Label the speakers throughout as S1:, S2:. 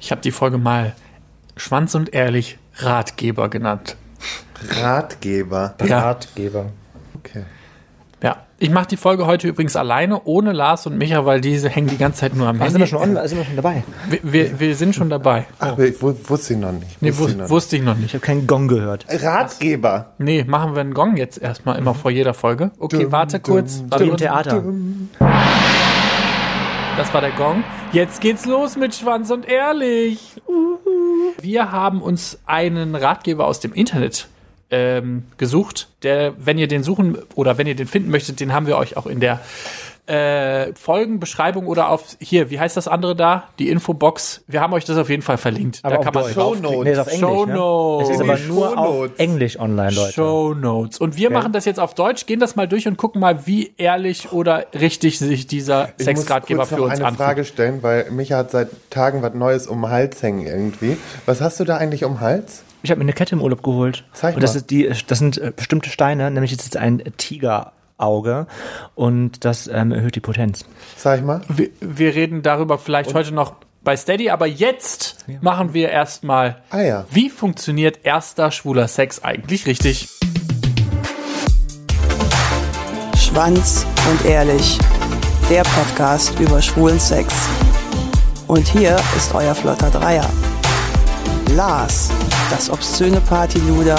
S1: Ich habe die Folge mal Schwanz und ehrlich Ratgeber genannt.
S2: Ratgeber.
S1: Ja.
S3: Ratgeber.
S2: Okay.
S1: Ja, ich mache die Folge heute übrigens alleine, ohne Lars und Micha, weil diese hängen die ganze Zeit nur am
S3: Ah,
S1: Handy.
S3: sind wir schon online? Sind wir schon dabei?
S1: wir, wir, wir sind schon dabei.
S2: Ach, ich wu- wusste ich noch nicht.
S1: Oh. Nee,
S2: Wusste ich
S1: wus
S2: noch
S1: wusste ich noch
S3: Ich
S1: nicht.
S3: habe keinen Gong gehört.
S2: nicht. Ratgeber.
S1: Nee, machen wir einen Gong jetzt erstmal, immer vor jeder Folge. Okay,
S2: Mhm. Dum,
S1: warte
S2: dum,
S1: kurz. Warte
S3: Im
S1: kurz.
S3: Theater.
S1: Das war der Gong. Jetzt geht's los mit Schwanz und Ehrlich. Uhu. Wir haben uns einen Ratgeber aus dem Internet ähm, gesucht. Der, wenn ihr den suchen oder wenn ihr den finden möchtet, den haben wir euch auch in der äh, Folgenbeschreibung oder auf hier, wie heißt das andere da? Die Infobox. Wir haben euch das auf jeden Fall verlinkt.
S3: Aber
S1: da
S3: auf
S1: kann man
S3: Deutsch.
S1: draufklicken.
S3: Nee, ist auf Englisch.
S1: Show
S3: ne? Es ist
S1: Notes.
S3: aber nur auf
S2: Shownotes.
S3: Englisch online, Leute.
S1: Show Notes. Und wir machen das jetzt auf Deutsch, gehen das mal durch und gucken mal, wie ehrlich oder richtig sich dieser
S2: Ich
S1: Sexratgeber
S2: muss kurz
S1: für
S2: noch
S1: uns
S2: eine
S1: anfühlt.
S2: Frage stellen, weil Micha hat seit Tagen was Neues um den Hals hängen irgendwie. Was hast du da eigentlich um den Hals?
S3: Ich habe mir eine Kette im Urlaub geholt.
S2: Zeig
S3: und das,
S2: mal.
S3: ist die, das sind äh, bestimmte Steine, nämlich jetzt ist ein Tigerauge und das ähm, erhöht die Potenz.
S2: Sag ich mal.
S1: Wir, wir reden darüber vielleicht heute noch bei Steady, aber jetzt machen wir erstmal,
S2: Ah ja.
S1: wie funktioniert erster schwuler Sex eigentlich richtig?
S4: Schwanz und ehrlich. Der Podcast über schwulen Sex. Und hier ist euer flotter Dreier. Lars, das obszöne Partyluder,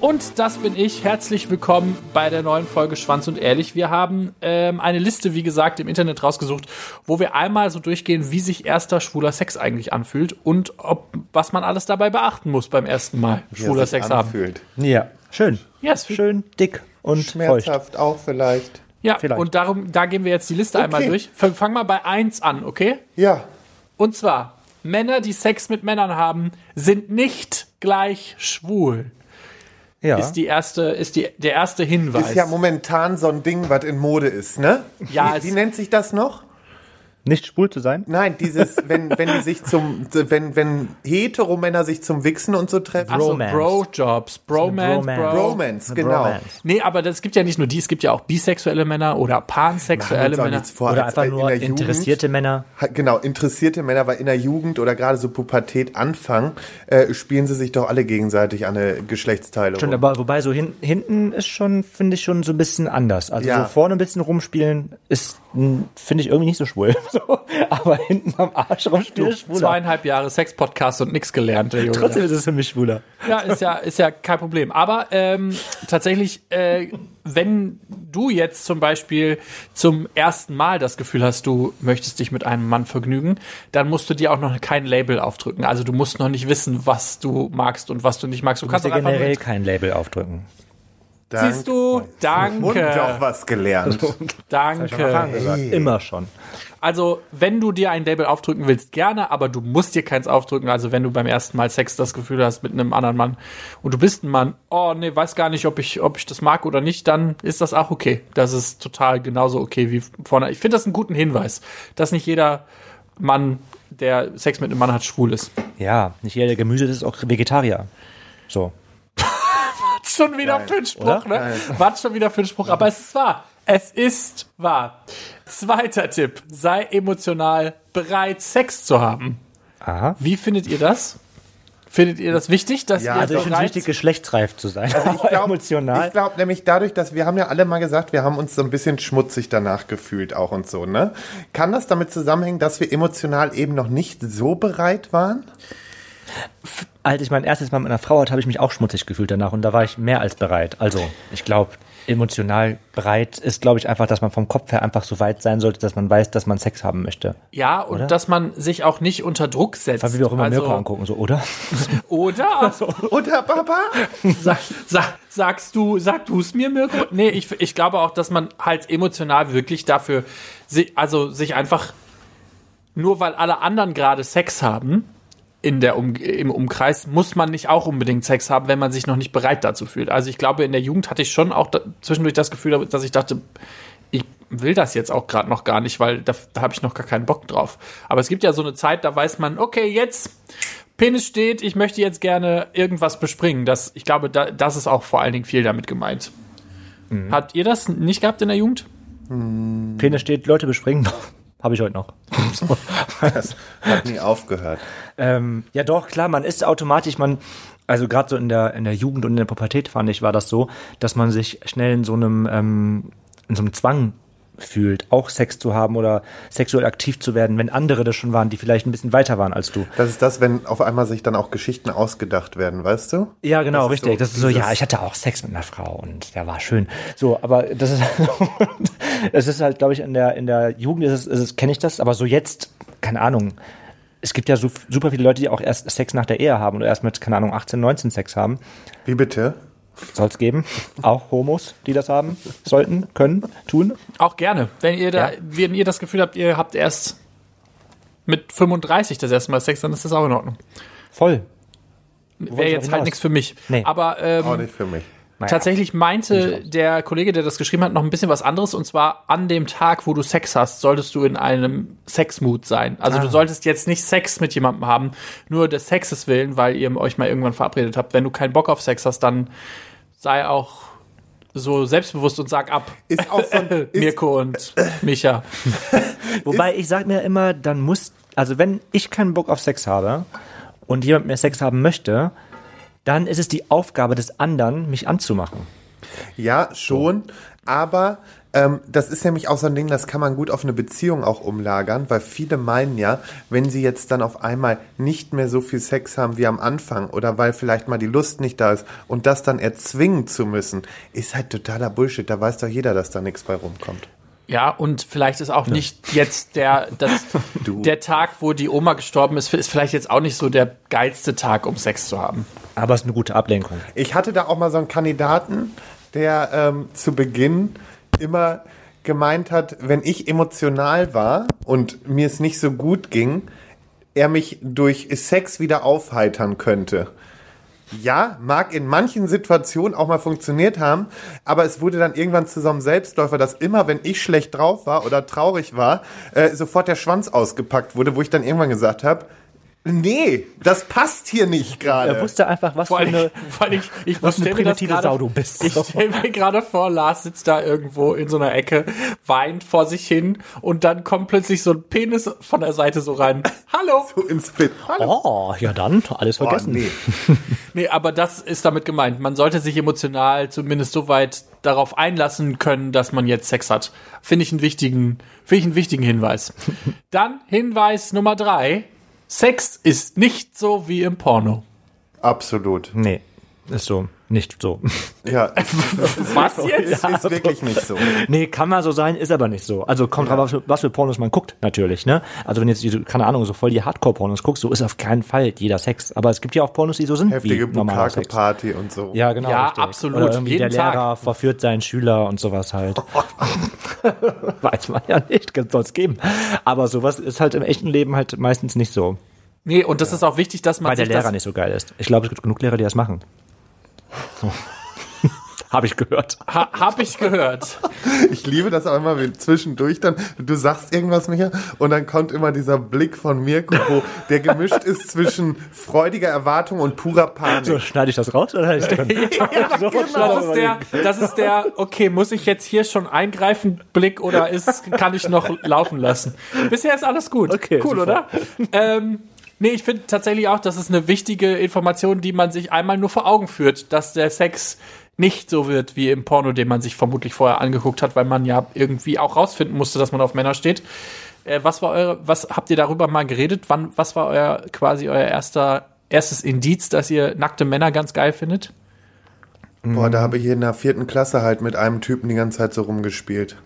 S1: Und das bin ich. Herzlich willkommen bei der neuen Folge Schwanz und Ehrlich. Wir haben ähm, eine Liste, wie gesagt, im Internet rausgesucht, wo wir einmal so durchgehen, wie sich erster schwuler Sex eigentlich anfühlt und ob, was man alles dabei beachten muss beim ersten Mal
S2: wie er
S1: schwuler
S2: sich
S1: Sex haben.
S2: anfühlt.
S3: Ja, schön.
S1: Ja, es fühlt-
S3: schön, dick und feucht.
S2: Schmerzhaft auch vielleicht.
S1: Ja,
S3: Vielleicht.
S1: und darum, da gehen wir jetzt die Liste einmal
S2: Okay.
S1: durch. F- Fang mal bei 1 an, okay?
S2: Ja.
S1: Und zwar, Männer, die Sex mit Männern haben, sind nicht gleich schwul.
S3: Ja.
S1: Ist die erste, ist die, der erste Hinweis.
S2: Ist ja momentan so ein Ding, was in Mode ist, ne?
S1: Ja, es-
S2: wie, wie nennt sich das noch?
S3: Nicht schwul zu sein?
S2: Nein, dieses, wenn, wenn die sich zum, wenn, wenn Heteromänner sich zum Wichsen und so treffen.
S1: Ach so,
S3: Bromance.
S1: Bro-Jobs, Bromance,
S3: Bromance.
S1: Bro.
S2: Bromance, genau.
S3: Bromance.
S1: Nee, aber das gibt ja nicht nur die, es gibt ja auch bisexuelle Männer oder pansexuelle
S2: Machen wir uns auch
S1: Männer.
S2: nichts vor,
S3: Oder
S2: als
S3: einfach
S2: in
S3: nur
S2: der Jugend-
S3: interessierte Männer.
S2: Ha- Genau, interessierte Männer, weil in der Jugend oder gerade so Pubertät anfangen, äh, spielen sie sich doch alle gegenseitig an eine Geschlechtsteile.
S3: Schon,
S2: rum.
S3: aber wobei so hin, hinten ist schon, finde ich, schon so ein bisschen anders. Also
S2: Ja.
S3: so vorne ein bisschen rumspielen ist, mh, finde ich, irgendwie nicht so schwul. So, aber hinten am Arsch rumspielen ist schwuler.
S1: Zweieinhalb Jahre Sex-Podcast und nichts gelernt, der Junge.
S3: Trotzdem ist es für mich schwuler.
S1: Ja, ist ja, ist ja kein Problem. Aber ähm, tatsächlich, äh, wenn du jetzt zum Beispiel zum ersten Mal das Gefühl hast, du möchtest dich mit einem Mann vergnügen, dann musst du dir auch noch kein Label aufdrücken. Also du musst noch nicht wissen, was du magst und was du nicht magst. Du, kannst
S3: Kannst du
S1: auch einfach
S3: Also generell
S1: nur,
S3: kein Label aufdrücken.
S2: Dank-
S1: Siehst du?
S2: Und doch
S1: Danke.
S2: was gelernt.
S1: Danke.
S3: Immer schon.
S1: Also, wenn du dir ein Label aufdrücken willst, gerne, aber du musst dir keins aufdrücken. Also, wenn du beim ersten Mal Sex das Gefühl hast mit einem anderen Mann und du bist ein Mann, oh nee, weiß gar nicht, ob ich, ob ich das mag oder nicht, dann ist das auch okay. Das ist total genauso okay wie vorne. Ich finde das einen guten Hinweis, dass nicht jeder Mann, der Sex mit einem Mann hat, schwul ist.
S3: Ja, nicht jeder der Gemüse ist auch Vegetarier. So.
S1: Schon wieder für einen Spruch, ne? War schon wieder für einen Spruch, aber es ist wahr. Es ist wahr. Zweiter Tipp. Sei emotional bereit, Sex zu haben.
S3: Aha.
S1: Wie findet ihr das? Findet ihr das wichtig, dass
S2: Ja, Also
S1: ihr
S3: Also ich finde es
S1: bereit-
S3: wichtig, geschlechtsreif zu sein.
S2: Ich glaub-
S3: emotional.
S2: Ich glaube nämlich dadurch, dass wir haben ja alle mal gesagt, wir haben uns so ein bisschen schmutzig danach gefühlt auch und so, ne? Kann das damit zusammenhängen, dass wir emotional eben noch nicht so bereit waren?
S3: Als ich mein erstes Mal mit einer Frau hatte, habe ich mich auch schmutzig gefühlt danach und da war ich mehr als bereit. Also, ich glaube, emotional bereit ist, glaube ich, einfach, dass man vom Kopf her einfach so weit sein sollte, dass man weiß, dass man Sex haben möchte.
S1: ja, und dass man sich auch nicht unter Druck setzt.
S3: Weil wir auch immer
S1: also,
S3: Mirko angucken, so, oder?
S1: Oder
S2: Oder Papa?
S1: sag, sag, sagst du, sag du es mir, Mirko? Nee, ich, ich glaube auch, dass man halt emotional wirklich dafür, si- also sich einfach, nur weil alle anderen gerade Sex haben, in der um im Umkreis, muss man nicht auch unbedingt Sex haben, wenn man sich noch nicht bereit dazu fühlt. Also ich glaube, in der Jugend hatte ich schon auch da, zwischendurch das Gefühl, dass ich dachte, ich will das jetzt auch gerade noch gar nicht, weil da, da habe ich noch gar keinen Bock drauf. Aber es gibt ja so eine Zeit, da weiß man, okay, jetzt Penis steht, ich möchte jetzt gerne irgendwas bespringen. Das, ich glaube, da, das ist auch vor allen Dingen viel damit gemeint.
S3: Mhm.
S1: Habt ihr das nicht gehabt in der Jugend?
S3: Penis steht, Leute bespringen. Habe ich heute noch. So.
S2: Das hat nie aufgehört.
S3: Ähm, ja, doch, klar, man ist automatisch, man, also gerade so in der, in der Jugend und in der Pubertät fand ich, war das so, dass man sich schnell in so einem, ähm, in so einem Zwang fühlt, auch Sex zu haben oder sexuell aktiv zu werden, wenn andere das schon waren, die vielleicht ein bisschen weiter waren als du.
S2: Das ist das, wenn auf einmal sich dann auch Geschichten ausgedacht werden, weißt du?
S3: Ja, genau,
S2: Das ist
S3: richtig.
S2: so
S3: das ist so,
S2: dieses-
S3: ja, ich hatte auch Sex mit einer Frau und der war schön. So, aber das ist, es ist halt, glaube ich, in der, in der Jugend ist es, ist es kenne ich das, aber so jetzt, keine Ahnung. Es gibt ja so, super viele Leute, die auch erst Sex nach der Ehe haben oder erst mit, keine Ahnung, 18, 19 Sex haben.
S2: Wie bitte?
S3: Soll es geben. Auch Homos, die das haben, sollten, können, tun.
S1: Auch gerne. Wenn ihr, da,
S3: Ja.
S1: wenn ihr das Gefühl habt, ihr habt erst mit 35 das erste Mal Sex, dann ist das auch in Ordnung.
S3: Voll.
S1: Wäre
S3: ich
S1: jetzt halt
S3: auch hinaus.
S1: nichts für mich.
S3: Nee.
S1: Aber
S2: Auch
S1: ähm,
S2: nicht für mich.
S3: Naja.
S1: tatsächlich meinte der Kollege, der das geschrieben hat, noch ein bisschen was anderes. Und zwar an dem Tag, wo du Sex hast, solltest du in einem Sexmood sein. Also du solltest jetzt nicht Sex mit jemandem haben, nur des Sexes willen, weil ihr euch mal irgendwann verabredet habt. Wenn du keinen Bock auf Sex hast, dann sei auch so selbstbewusst und sag ab.
S2: Ist auch so ein, ist,
S1: Mirko und Micha.
S3: Wobei ich sage mir immer, dann muss, also wenn ich keinen Bock auf Sex habe und jemand mit mir Sex haben möchte, dann ist es die Aufgabe des anderen, mich anzumachen.
S2: ja, schon, aber ähm, das ist nämlich auch so ein Ding, das kann man gut auf eine Beziehung auch umlagern, weil viele meinen ja, wenn sie jetzt dann auf einmal nicht mehr so viel Sex haben wie am Anfang oder weil vielleicht mal die Lust nicht da ist und das dann erzwingen zu müssen, ist halt totaler Bullshit. Da weiß doch jeder, dass da nichts bei rumkommt.
S1: Ja, und vielleicht ist auch nicht jetzt der, das, der Tag, wo die Oma gestorben ist, ist vielleicht jetzt auch nicht so der geilste Tag, um Sex zu haben.
S3: Aber es ist eine gute Ablenkung.
S2: Ich hatte da auch mal so einen Kandidaten, der ähm, zu Beginn immer gemeint hat, wenn ich emotional war und mir es nicht so gut ging, er mich durch Sex wieder aufheitern könnte. Ja, mag in manchen Situationen auch mal funktioniert haben, aber es wurde dann irgendwann zu so einem Selbstläufer, dass immer, wenn ich schlecht drauf war oder traurig war, äh, sofort der Schwanz ausgepackt wurde, wo ich dann irgendwann gesagt habe, nee, das passt hier nicht
S3: Er
S2: gerade.
S3: wusste einfach, was für
S1: Vor allem,
S3: eine.
S1: vor allem ich, ich
S3: was
S1: stell
S3: eine
S1: mir das
S3: primitive
S1: gerade-
S3: Sau du bist.
S1: Ich stelle mir gerade vor, Lars sitzt da irgendwo in so einer Ecke, weint vor sich hin und dann kommt plötzlich so ein Penis von der Seite so rein. Hallo!
S2: Ins Bett. Hallo.
S3: Oh, ja dann, alles vergessen.
S2: Oh, nee.
S1: Nee, aber das ist damit gemeint. Man sollte sich emotional zumindest so weit darauf einlassen können, dass man jetzt Sex hat. Finde ich einen wichtigen, finde ich einen wichtigen Hinweis. Dann Hinweis Nummer drei. Sex ist nicht so wie im Porno.
S2: Absolut.
S3: nee, ist so, nicht so.
S2: Ja,
S1: Was jetzt?
S3: also
S2: ist wirklich nicht so.
S3: Nee, kann mal so sein, ist aber nicht so. Also kommt drauf, an, was für- was für Pornos man guckt, natürlich, ne? Also wenn jetzt, diese, keine Ahnung, so voll die Hardcore-Pornos guckst, so ist auf keinen Fall jeder Sex. Aber es gibt ja auch Pornos, die so sind
S2: Heftige
S3: wie normaler Sex.
S2: Bukake-Party und so.
S3: Ja, genau.
S1: Ja,
S3: richtig.
S1: absolut.
S3: Oder irgendwie
S1: Jeden
S3: der
S1: Tag. Oh
S3: Lehrer verführt seinen Schüler und sowas halt. Weiß man ja nicht, kann es geben. Aber sowas ist halt im echten Leben halt meistens nicht so.
S1: Nee, und das ist auch wichtig, dass man
S3: Weil der
S1: sich
S3: Lehrer
S1: das,
S3: nicht so geil ist. Ich glaube, es gibt genug Lehrer, die das machen. Habe ich gehört.
S1: ha, hab ich gehört.
S2: Ich liebe das auch immer wie zwischendurch dann. Du sagst irgendwas, Micha, und dann kommt immer dieser Blick von Mirko, wo der gemischt ist zwischen freudiger Erwartung und purer
S3: So,
S2: Panik.
S3: schneide ich das raus oder ich drin? So schlau
S1: Das ist der, das ist der, okay, muss ich jetzt hier schon eingreifen, Blick oder ist, kann ich noch laufen lassen? Bisher ist alles gut.
S3: Okay,
S1: cool,
S3: super.
S1: oder? Ähm, nee, ich finde tatsächlich auch, das ist eine wichtige Information, die man sich einmal nur vor Augen führt, dass der Sex nicht so wird wie im Porno, den man sich vermutlich vorher angeguckt hat, weil man ja irgendwie auch rausfinden musste, dass man auf Männer steht. Äh, was war eure, was habt ihr darüber mal geredet? Wann, was war euer quasi euer erster erstes Indiz, dass ihr nackte Männer ganz geil findet?
S2: Boah, da habe ich hier in der vierten Klasse halt mit einem Typen die ganze Zeit so rumgespielt.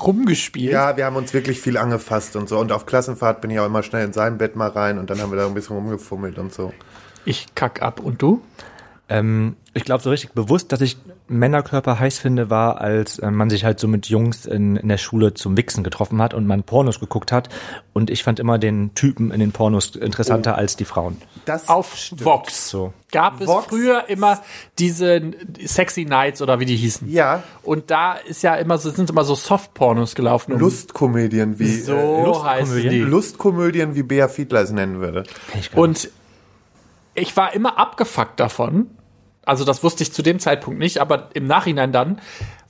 S1: rumgespielt.
S2: Ja, wir haben uns wirklich viel angefasst und so. Und auf Klassenfahrt bin ich auch immer schnell in sein Bett mal rein und dann haben wir da ein bisschen rumgefummelt und so.
S1: Ich kack ab. Und du?
S3: Ähm, ich glaube, so richtig bewusst, dass ich Männerkörper heiß finde, war, als äh, man sich halt so mit Jungs in, in der Schule zum Wichsen getroffen hat und man Pornos geguckt hat. Und ich fand immer den Typen in den Pornos
S1: Oh.
S3: interessanter als die Frauen.
S2: Das
S1: Auf Vox.
S3: So.
S1: Gab
S2: Vox?
S1: es früher immer diese Sexy Nights oder wie die hießen.
S2: Ja.
S1: Und da ist ja immer so, sind immer so Soft-Pornos gelaufen. um-
S2: Lustkomödien wie
S1: So heißen die.
S2: äh, Lustkomödien wie Bea Fiedler es nennen würde.
S1: Und ich war immer abgefuckt davon. Also das wusste ich zu dem Zeitpunkt nicht, aber im Nachhinein dann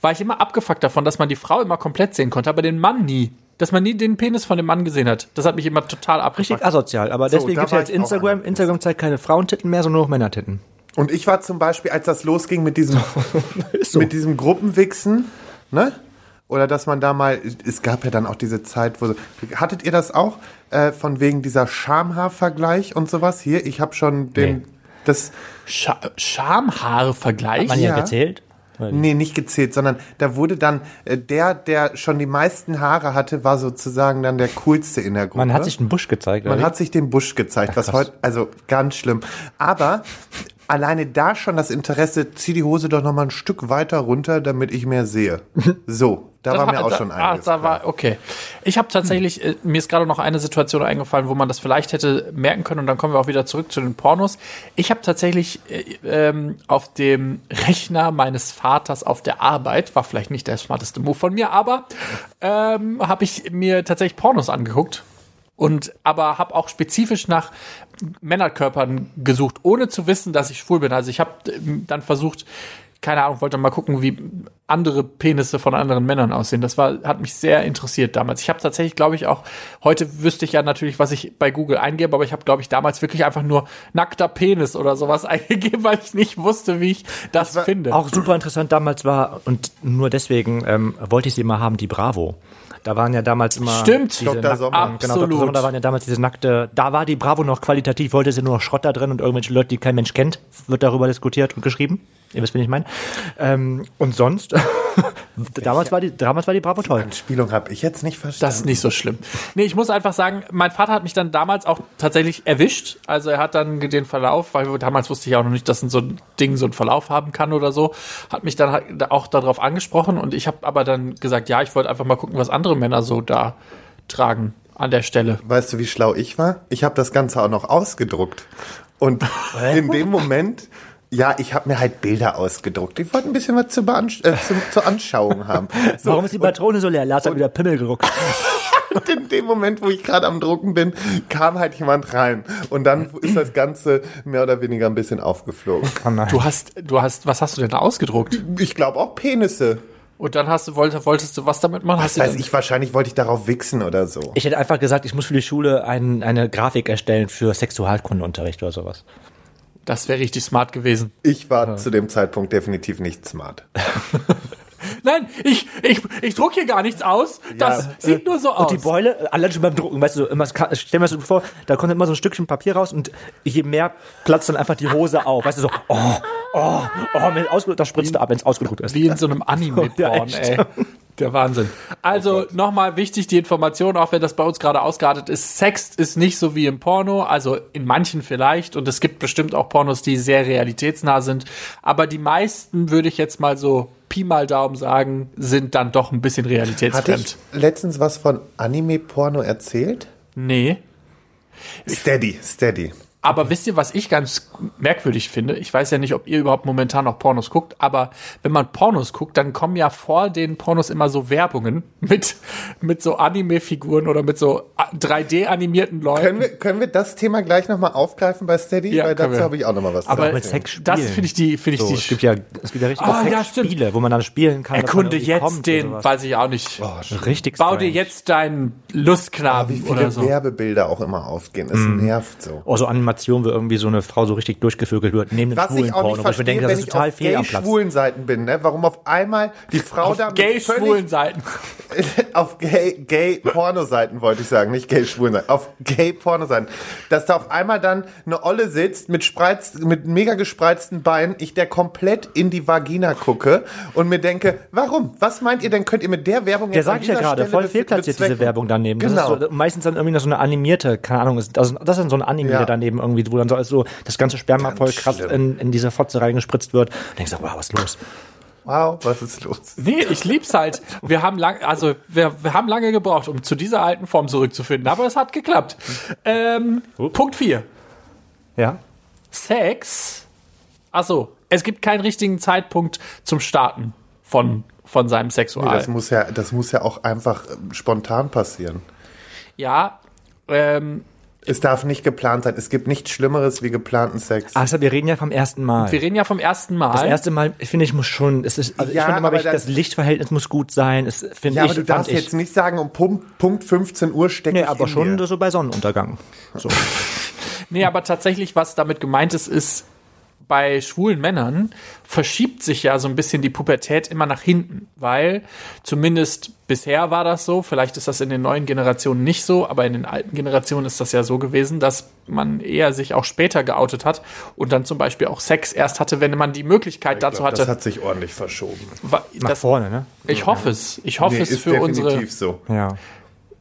S1: war ich immer abgefuckt davon, dass man die Frau immer komplett sehen konnte, aber den Mann nie. Dass man nie den Penis von dem Mann gesehen hat. Das hat mich immer total abgefuckt.
S3: Richtig asozial, aber deswegen
S2: da
S3: gibt es
S2: war
S3: jetzt
S2: ich auch
S3: Instagram.
S2: einer.
S3: Instagram zeigt keine Frauentitten mehr, sondern nur noch Männertitten.
S2: Und ich war zum Beispiel, als das losging mit diesem, mit diesem Gruppenwichsen, ne? Oder dass man da mal, es gab ja dann auch diese Zeit, wo, so- hattet ihr das auch? Äh, von wegen dieser Schamhaarvergleich und sowas? Hier, ich habe schon den,
S3: Nee.
S2: das,
S1: Scha Schamhaare-Vergleich.
S3: Man ja.
S2: Ja.
S3: gezählt?
S2: nee, nicht gezählt, sondern da wurde dann, äh, der, der schon die meisten Haare hatte, war sozusagen dann der coolste in der Gruppe.
S3: Man hat sich einen Busch gezeigt.
S2: Man
S3: oder?
S2: hat sich den Busch gezeigt, was heute, also ganz schlimm. Aber alleine da schon das Interesse, zieh die Hose doch noch mal ein Stück weiter runter, damit ich mehr sehe. So, da war mir auch
S1: da,
S2: schon
S1: ah,
S2: einiges.
S1: da
S2: klar.
S1: war, okay. Ich habe tatsächlich, äh, mir ist gerade noch eine Situation eingefallen, wo man das vielleicht hätte merken können und dann kommen wir auch wieder zurück zu den Pornos. Ich habe tatsächlich äh, ähm, auf dem Rechner meines Vaters auf der Arbeit, war vielleicht nicht der smarteste Move von mir, aber ähm, habe ich mir tatsächlich Pornos angeguckt. Und aber habe auch spezifisch nach Männerkörpern gesucht, ohne zu wissen, dass ich schwul bin. Also ich habe dann versucht, keine Ahnung, wollte mal gucken, wie andere Penisse von anderen Männern aussehen. Das war, hat mich sehr interessiert damals. Ich habe tatsächlich, glaube ich, auch, heute wüsste ich ja natürlich, was ich bei Google eingebe, aber ich habe, glaube ich, damals wirklich einfach nur nackter Penis oder sowas eingegeben, weil ich nicht wusste, wie ich das finde.
S3: auch super interessant damals war und nur deswegen ähm, wollte ich sie immer haben, die Bravo. Da waren ja damals immer.
S1: Stimmt.
S3: diese
S2: Dr.
S3: nack-
S2: Sommer.
S3: Genau, Dr. Sommer,
S1: Absolut.
S3: da waren ja damals diese nackte. Da war die Bravo noch qualitativ, heute sind nur noch Schrott da drin und irgendwelche Leute, die kein Mensch kennt, wird darüber diskutiert und geschrieben. Ihr wisst, wen ich meine. Ähm, und sonst, damals war, die, damals war die Bravo toll.
S2: Spielung habe ich jetzt nicht verstanden.
S1: Das ist nicht so schlimm. Nee, ich muss einfach sagen, mein Vater hat mich dann damals auch tatsächlich erwischt. Also er hat dann den Verlauf, weil wir- damals wusste ich ja auch noch nicht, dass so ein Ding so einen Verlauf haben kann oder so, hat mich dann halt auch darauf angesprochen und ich habe aber dann gesagt, ja, ich wollte einfach mal gucken, was andere Männer so da tragen an der Stelle.
S2: Weißt du, wie schlau ich war? Ich habe das Ganze auch noch ausgedruckt. Und in dem Moment, ja, ich habe mir halt Bilder ausgedruckt. Ich wollte ein bisschen was zur, Beansch äh, zum, zur Anschauung haben. So,
S3: Warum ist die Patrone so leer? Lars hat wieder Pimmel geruckt.
S2: Und in dem Moment, wo ich gerade am Drucken bin, kam halt jemand rein. Und dann ist das Ganze mehr oder weniger ein bisschen aufgeflogen.
S1: Du hast, du hast, was hast du denn da ausgedruckt?
S2: Ich glaube auch Penisse.
S1: Und dann hast du, wollte, wolltest du was damit machen? Hast du
S2: Also
S1: dann-
S2: ich wahrscheinlich wollte ich darauf wichsen oder so.
S3: Ich hätte einfach gesagt, ich muss für die Schule ein, eine Grafik erstellen für Sexualkundeunterricht oder sowas.
S1: das wäre richtig smart gewesen.
S2: Ich war zu dem Zeitpunkt definitiv nicht smart.
S1: Nein, ich, ich, ich druck hier gar nichts aus. Das sieht nur so aus.
S3: äh, Und die Beule, allein schon beim Drucken, weißt du, so immer, es kann- stell mir das so vor, da kommt immer so ein Stückchen Papier raus und je mehr platzt dann einfach die Hose auf. Weißt du, so, oh, oh, oh, mit ausgedruckt, da spritzt du ab, wenn es ausgedruckt ist.
S1: Wie in so einem
S3: Ja,
S1: Anime-Porn,
S3: echt.
S1: ey. Der Wahnsinn. Also nochmal wichtig die Information, auch wenn das bei uns gerade ausgeartet ist. Sex ist nicht so wie im Porno, also in manchen vielleicht. Und es gibt bestimmt auch Pornos, die sehr realitätsnah sind. Aber die meisten, würde ich jetzt mal so Pi mal Daumen sagen, sind dann doch ein bisschen
S2: Hatte
S1: realitätsfremd.
S2: ich letztens was von Anime-Porno erzählt?
S1: Nee.
S2: Steady, steady.
S1: Aber wisst ihr, was ich ganz merkwürdig finde? Ich weiß ja nicht, ob ihr überhaupt momentan noch Pornos guckt, aber wenn man Pornos guckt, dann kommen ja vor den Pornos immer so Werbungen mit, mit so Anime-Figuren oder mit so 3D-animierten Leuten.
S2: Können wir, können wir das Thema gleich nochmal aufgreifen bei Steady?
S1: Ja,
S2: Weil
S1: können
S2: dazu
S1: wir.
S2: habe ich auch nochmal was
S1: aber
S2: zu
S3: mit
S2: erzählen.
S3: Sex spielen.
S1: das finde ich die, finde ich
S3: so,
S1: die
S3: es gibt ja, es gibt ja richtig
S1: Ah, ja,
S3: Spiele, wo man dann spielen kann. dass man
S1: Erkunde
S3: irgendwie kommt
S1: jetzt
S3: und
S1: den,
S3: sowas.
S1: weiß ich auch nicht.
S2: Oh,
S3: Richtig
S1: Bau dir
S3: strange.
S1: jetzt deinen
S2: Wie
S1: Lustknaben oder
S2: viele
S1: so. Mhm.
S2: Werbebilder auch immer aufgehen. Es nervt so.
S3: Oh, so Animation, wo irgendwie so eine Frau so richtig durchgevögelt wird, neben dem
S2: Was
S3: schwulen
S2: ich auch nicht
S3: Porno. wo
S2: verstehe,
S3: ich denke, das
S2: wenn
S3: ist
S2: ich
S3: total
S2: auf
S3: fehl am
S2: gay
S3: Platz.
S2: schwulen Seiten bin, ne? warum auf einmal die Frau da mit
S1: Gay-schwulen Seiten.
S2: völlig- auf gay, gay Porno-Seiten wollte ich sagen, nicht gay schwulen Seiten, auf gay Porno-Seiten, dass da auf einmal dann eine Olle sitzt mit spreiz, mit mega gespreizten Beinen, ich der komplett in die Vagina gucke und mir denke, warum? Was meint ihr denn, könnt ihr mit der Werbung
S3: Der
S2: jetzt an
S3: sag ich ja
S2: dieser
S3: gerade,
S2: Stelle
S3: voll
S2: bez-
S3: fehlplatziert diese
S2: bezwecken?
S3: Werbung daneben. Das
S2: Genau.
S3: ist so, meistens dann irgendwie noch so eine animierte, keine Ahnung, ist- also, das, das ist dann so eine animierte
S2: Ja.
S3: daneben irgendwie, wo dann so, so das ganze Sperma voll krass in, in diese Fotze reingespritzt wird. Und denkst du, wow, was ist los?
S2: Wow, was ist los?
S1: Nee, ich lieb's halt. Wir haben lang, also wir, wir haben lange gebraucht, um zu dieser alten Form zurückzufinden, aber es hat geklappt. Ähm, Punkt 4.
S3: Ja.
S1: Sex. Achso, es gibt keinen richtigen Zeitpunkt zum Starten von, von seinem
S2: Nee,
S1: Sexual.
S2: das, muss ja, das muss ja auch einfach ähm, spontan passieren.
S1: ja, ähm,
S2: Es darf nicht geplant sein. Es gibt nichts Schlimmeres wie geplanten Sex.
S3: Also wir reden ja vom ersten Mal.
S1: wir reden ja vom ersten Mal.
S3: Das erste Mal, ich finde ich, muss schon, es ist, also
S2: Ja,
S3: ich finde immer
S2: aber
S3: wichtig,
S2: dann-
S3: das Lichtverhältnis muss gut sein. Es, finde
S2: ja,
S3: ich,
S2: aber du darfst
S3: fand ich,
S2: jetzt nicht sagen, um Punkt, Punkt 15 Uhr stecke
S3: Nee,
S2: ich
S3: aber
S2: in
S3: schon
S2: dir.
S3: so bei Sonnenuntergang. So.
S1: Nee, aber tatsächlich, was damit gemeint ist, ist, bei schwulen Männern verschiebt sich ja so ein bisschen die Pubertät immer nach hinten, weil zumindest bisher war das so, vielleicht ist das in den neuen Generationen nicht so, aber in den alten Generationen ist das ja so gewesen, dass man eher sich auch später geoutet hat und dann zum Beispiel auch Sex erst hatte, wenn man die Möglichkeit dazu
S2: Das
S1: hatte.
S2: hat sich ordentlich verschoben.
S1: Wa-
S3: Nach
S1: das-
S3: vorne, ne?
S1: ich hoffe es. Ich hoffe es für unsere.
S2: so.
S3: Ja.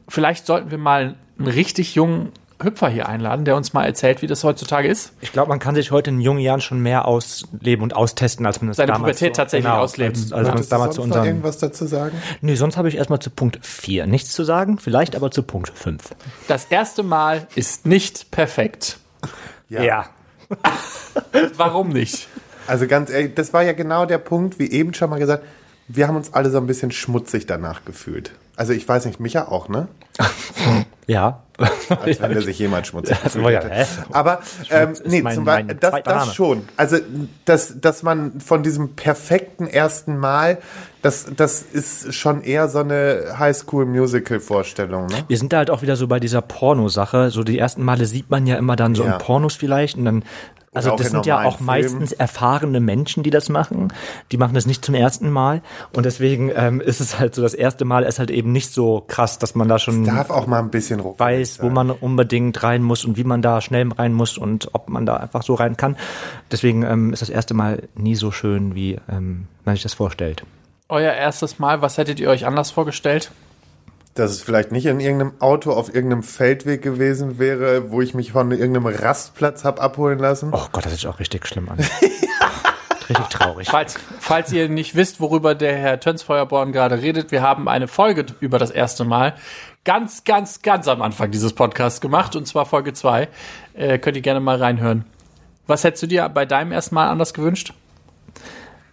S1: Vielleicht sollten wir mal einen richtig jungen Hüpfer hier einladen, der uns mal erzählt, wie das heutzutage ist.
S3: Ich glaube, man kann sich heute in jungen Jahren schon mehr ausleben und austesten, als man es
S1: Seine Pubertät
S3: damals so, genau,
S1: tatsächlich ausleben.
S3: Als, als man es
S2: Hast du sonst
S3: damals zu
S2: noch
S3: unseren.
S2: irgendwas dazu sagen?
S3: Nee, sonst habe ich erstmal zu Punkt 4 nichts zu sagen, vielleicht aber zu Punkt 5.
S1: Das erste Mal ist nicht perfekt.
S2: Ja.
S1: Warum nicht?
S2: Also ganz ehrlich, das war ja genau der Punkt, wie eben schon mal gesagt, wir haben uns alle so ein bisschen schmutzig danach gefühlt. Also ich weiß nicht, Micha auch, ne?
S3: Ja.
S2: Als wenn er sich jemand schmutzig
S3: war
S2: gefühlt
S3: ja-
S2: hätte.
S3: hä?
S2: Aber ähm, nee,
S3: mein-
S2: zum
S3: mein
S2: Beispiel, das,
S3: zweiter
S2: das
S3: Name.
S2: schon. Also dass, dass man von diesem perfekten ersten Mal, das, das ist schon eher so eine Highschool-Musical-Vorstellung, ne?
S3: Wir sind da halt auch wieder so bei dieser Pornosache. So die ersten Male sieht man ja immer dann so
S2: Ja.
S3: in Pornos vielleicht und dann. Also
S2: auch
S3: das
S2: in
S3: sind ja
S2: normalen
S3: auch meistens erfahrene Menschen, die das machen. Die machen das nicht zum ersten Mal. Und deswegen ähm, ist es halt so, das erste Mal ist halt eben nicht so krass, dass man da schon
S2: Darf auch mal ein bisschen ruckeln.
S3: weiß, wo man unbedingt rein muss und wie man da schnell rein muss und ob man da einfach so rein kann. Deswegen ähm, ist das erste Mal nie so schön, wie ähm, man sich das vorstellt.
S1: Euer erstes Mal, was hättet ihr euch anders vorgestellt?
S2: dass es vielleicht nicht in irgendeinem Auto auf irgendeinem Feldweg gewesen wäre, wo ich mich von irgendeinem Rastplatz hab abholen lassen.
S3: Oh Gott, das ist auch richtig schlimm an. richtig traurig.
S1: Falls, falls ihr nicht wisst, worüber der Herr Tönsfeuerborn gerade redet, wir haben eine Folge über das erste Mal ganz, ganz, ganz am Anfang dieses Podcasts gemacht, und zwar Folge 2. Äh, könnt ihr gerne mal reinhören. Was hättest du dir bei deinem ersten Mal anders gewünscht?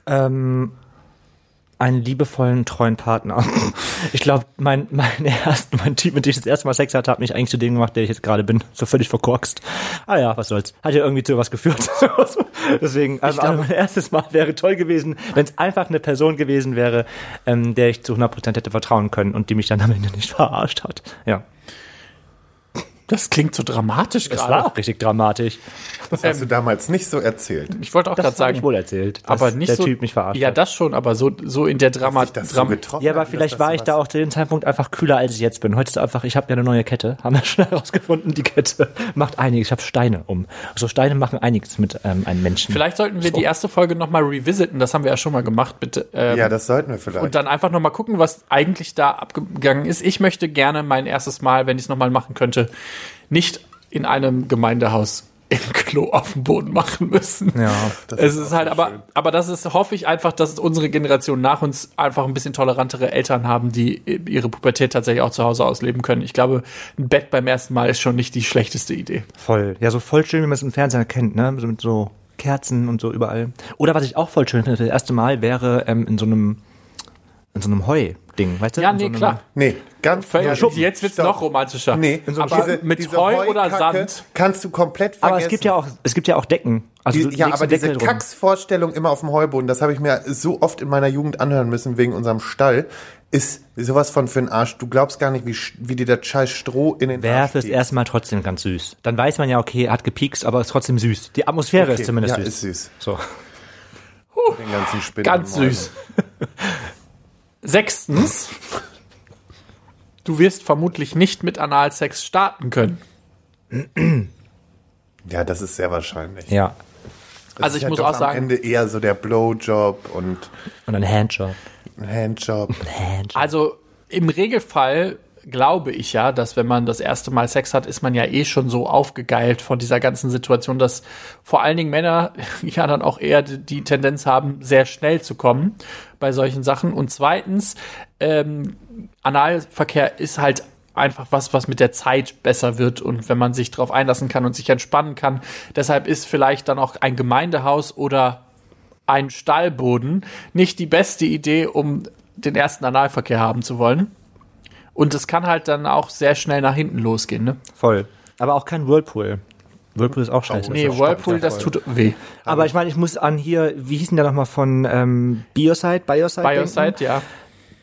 S3: Ähm, einen liebevollen, treuen Partner. Ich glaube, mein, mein, erst, mein Typ, mit dem ich das erste Mal Sex hatte, hat mich eigentlich zu dem gemacht, der ich jetzt gerade bin. So völlig verkorkst. Ah ja, was soll's. Hat ja irgendwie zu was geführt. Deswegen, also mein erstes Mal wäre toll gewesen, wenn es einfach eine Person gewesen wäre, ähm, der ich zu 100% hätte vertrauen können und die mich dann am Ende nicht verarscht hat. Ja.
S1: Das klingt so dramatisch
S3: Das war
S1: gerade.
S3: auch richtig dramatisch.
S2: Das hast du
S3: ähm,
S2: damals nicht so erzählt.
S1: Ich wollte auch
S3: Das
S1: gerade
S3: habe
S1: sagen,
S3: ich wohl erzählt. dass
S1: aber nicht
S3: der
S1: so,
S3: Typ mich verarscht
S1: Ja,
S3: hat.
S1: das schon, aber so, so in der Drama,
S2: Dich das so
S1: Drama
S2: getroffen
S3: Ja, aber
S2: hat, dass
S3: vielleicht
S2: das
S3: war
S2: so
S3: ich da
S2: was-
S3: auch zu dem Zeitpunkt einfach kühler, als ich jetzt bin. Heute ist einfach, ich habe ja eine neue Kette, haben wir schnell herausgefunden, die Kette macht einiges. Ich habe Steine um. Also Steine machen einiges mit ähm, einem Menschen.
S1: Vielleicht sollten wir die erste Folge nochmal revisiten, das haben wir ja schon mal gemacht, bitte. Ähm,
S2: Ja, das sollten wir vielleicht.
S1: und dann einfach nochmal gucken, was eigentlich da abgegangen ist. Ich möchte gerne mein erstes Mal, wenn ich es nochmal machen könnte, nicht in einem Gemeindehaus im Klo auf dem Boden machen müssen. Ja, es ist, halt, aber, aber das ist, hoffe ich einfach, dass unsere Generation nach uns einfach ein bisschen tolerantere Eltern haben, die ihre Pubertät tatsächlich auch zu Hause ausleben können. Ich glaube, ein Bett beim ersten Mal ist schon nicht die schlechteste Idee.
S3: voll. Ja, so voll schön, wie man es im Fernsehen kennt, ne? So Mit so Kerzen und so überall. Oder was ich auch voll schön finde, das erste Mal wäre ähm, in so einem in so einem Heu-Ding, weißt du?
S1: Ja,
S3: In
S1: nee,
S3: so einem-
S1: klar.
S2: nee, ganz
S1: Völlig.
S2: Stopp.
S1: jetzt wird's noch romantischer.
S2: Nee,
S1: aber mit Heu oder
S2: Heukacke
S1: Sand.
S2: kannst du komplett vergessen.
S3: Aber es gibt ja auch, es gibt ja auch Decken. Also
S2: Die,
S3: du
S2: ja,
S3: legst
S2: aber
S3: einen Deckel
S2: diese
S3: drum.
S2: Kacksvorstellung immer auf dem Heuboden, das habe ich mir so oft in meiner Jugend anhören müssen wegen unserem Stall, ist sowas von für den Arsch. Du glaubst gar nicht, wie, sch- wie dir das scheiß Stroh in den
S3: Wäre
S2: Arsch
S3: fürs
S2: geht.
S3: erste Mal trotzdem ganz süß. Dann weiß man ja, okay, er hat gepiekst, aber ist trotzdem süß. Die Atmosphäre ist zumindest
S2: ja,
S3: süß.
S2: ist süß.
S3: So.
S2: Den ganzen Spinnen
S1: Ganz
S2: im Heu.
S1: süß. Sechstens, du wirst vermutlich nicht mit Analsex starten können.
S2: Ja, das ist sehr wahrscheinlich.
S3: Ja.
S2: Das
S1: Also
S2: ist
S1: ich
S2: ja
S1: muss
S2: doch
S1: auch sagen-
S2: Am Ende eher so der Blowjob und
S3: Und ein Handjob.
S2: ein Handjob.
S3: Handjob.
S1: Also im Regelfall glaube ich ja, dass wenn man das erste Mal Sex hat, ist man ja eh schon so aufgegeilt von dieser ganzen Situation, dass vor allen Dingen Männer ja dann auch eher die- die Tendenz haben, sehr schnell zu kommen bei solchen Sachen. Und zweitens, ähm, Analverkehr ist halt einfach was, was mit der Zeit besser wird und wenn man sich darauf einlassen kann und sich entspannen kann. Deshalb ist vielleicht dann auch ein Gemeindehaus oder ein Stallboden nicht die beste Idee, um den ersten Analverkehr haben zu wollen. Und es kann halt dann auch sehr schnell nach hinten losgehen, ne?
S3: Voll. Aber auch kein Whirlpool. Whirlpool ist auch scheiße.
S1: nee, Whirlpool, das tut weh.
S3: Aber ich meine, ich muss an hier, wie hieß denn der nochmal von ähm, Bioside? Bioside? denken?
S1: Bioside, ja.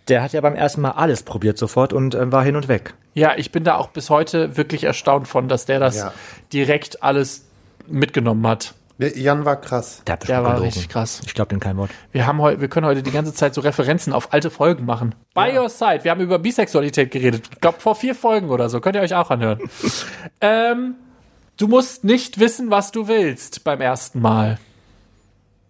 S3: Der hat ja beim ersten Mal alles probiert sofort und äh, war hin und weg.
S1: Ja, ich bin da auch bis heute wirklich erstaunt von, dass der das
S2: Ja.
S1: direkt alles mitgenommen hat.
S2: Jan war krass.
S3: Der, hat bestimmt
S1: Der war
S3: gelogen.
S1: richtig krass.
S3: Ich glaube dem kein Wort.
S1: Wir, haben heu wir können heute die ganze Zeit so Referenzen auf alte Folgen machen. By your side. Wir haben über Bisexualität geredet. Ich glaube, vor vier Folgen oder so. Könnt ihr euch auch anhören. ähm, du musst nicht wissen, was du willst beim ersten Mal.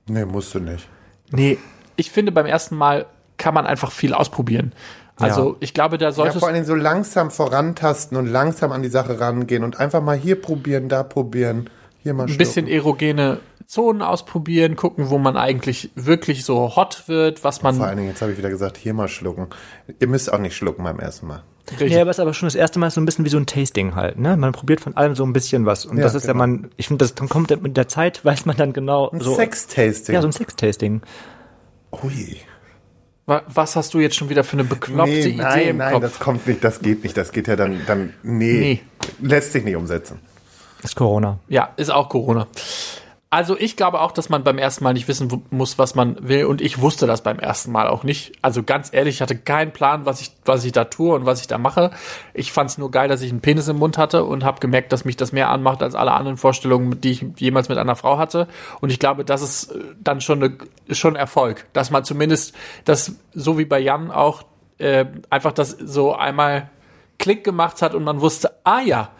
S2: Nee, musst du nicht.
S1: Nee, ich finde, beim ersten Mal kann man einfach viel ausprobieren. Also, ich glaube, da
S2: Ja,
S1: solltest
S2: vor
S1: du.
S2: allem so langsam vorantasten und langsam an die Sache rangehen und einfach mal hier probieren, da probieren, hier mal
S1: ein bisschen erogene Zonen ausprobieren, gucken, wo man eigentlich wirklich so hot wird, was man
S2: Vor allen Dingen, jetzt habe ich wieder gesagt, hier mal schlucken. Ihr müsst auch nicht schlucken beim ersten Mal.
S1: richtig.
S3: Ja, aber ist aber schon das erste Mal so ein bisschen wie so ein Tasting halt, ne? Man probiert von allem so ein bisschen was. Und
S2: Ja,
S3: das ist ja
S2: genau.
S3: man, ich finde, das dann kommt dann mit der Zeit, weiß man dann genau
S2: Ein
S3: so.
S2: Sex-Tasting.
S3: Ja, so ein Sex-Tasting.
S2: Ui.
S1: Wa- Was hast du jetzt schon wieder für eine bekloppte
S2: Nee,
S1: Idee
S2: nein,
S1: im
S2: nein,
S1: Kopf?
S2: das kommt nicht, das geht nicht, das geht ja dann, dann nee, lässt sich nicht umsetzen.
S3: Ist Corona.
S1: Ja, ist auch Corona. Also ich glaube auch, dass man beim ersten Mal nicht wissen w- muss, was man will. Und ich wusste das beim ersten Mal auch nicht. Also ganz ehrlich, ich hatte keinen Plan, was ich, was ich da tue und was ich da mache. Ich fand es nur geil, dass ich einen Penis im Mund hatte und habe gemerkt, dass mich das mehr anmacht als alle anderen Vorstellungen, die ich jemals mit einer Frau hatte. Und ich glaube, das ist äh, dann schon, eine, schon Erfolg, dass man zumindest das, so wie bei Jan auch, äh, einfach das so einmal Klick gemacht hat und man wusste, ah ja,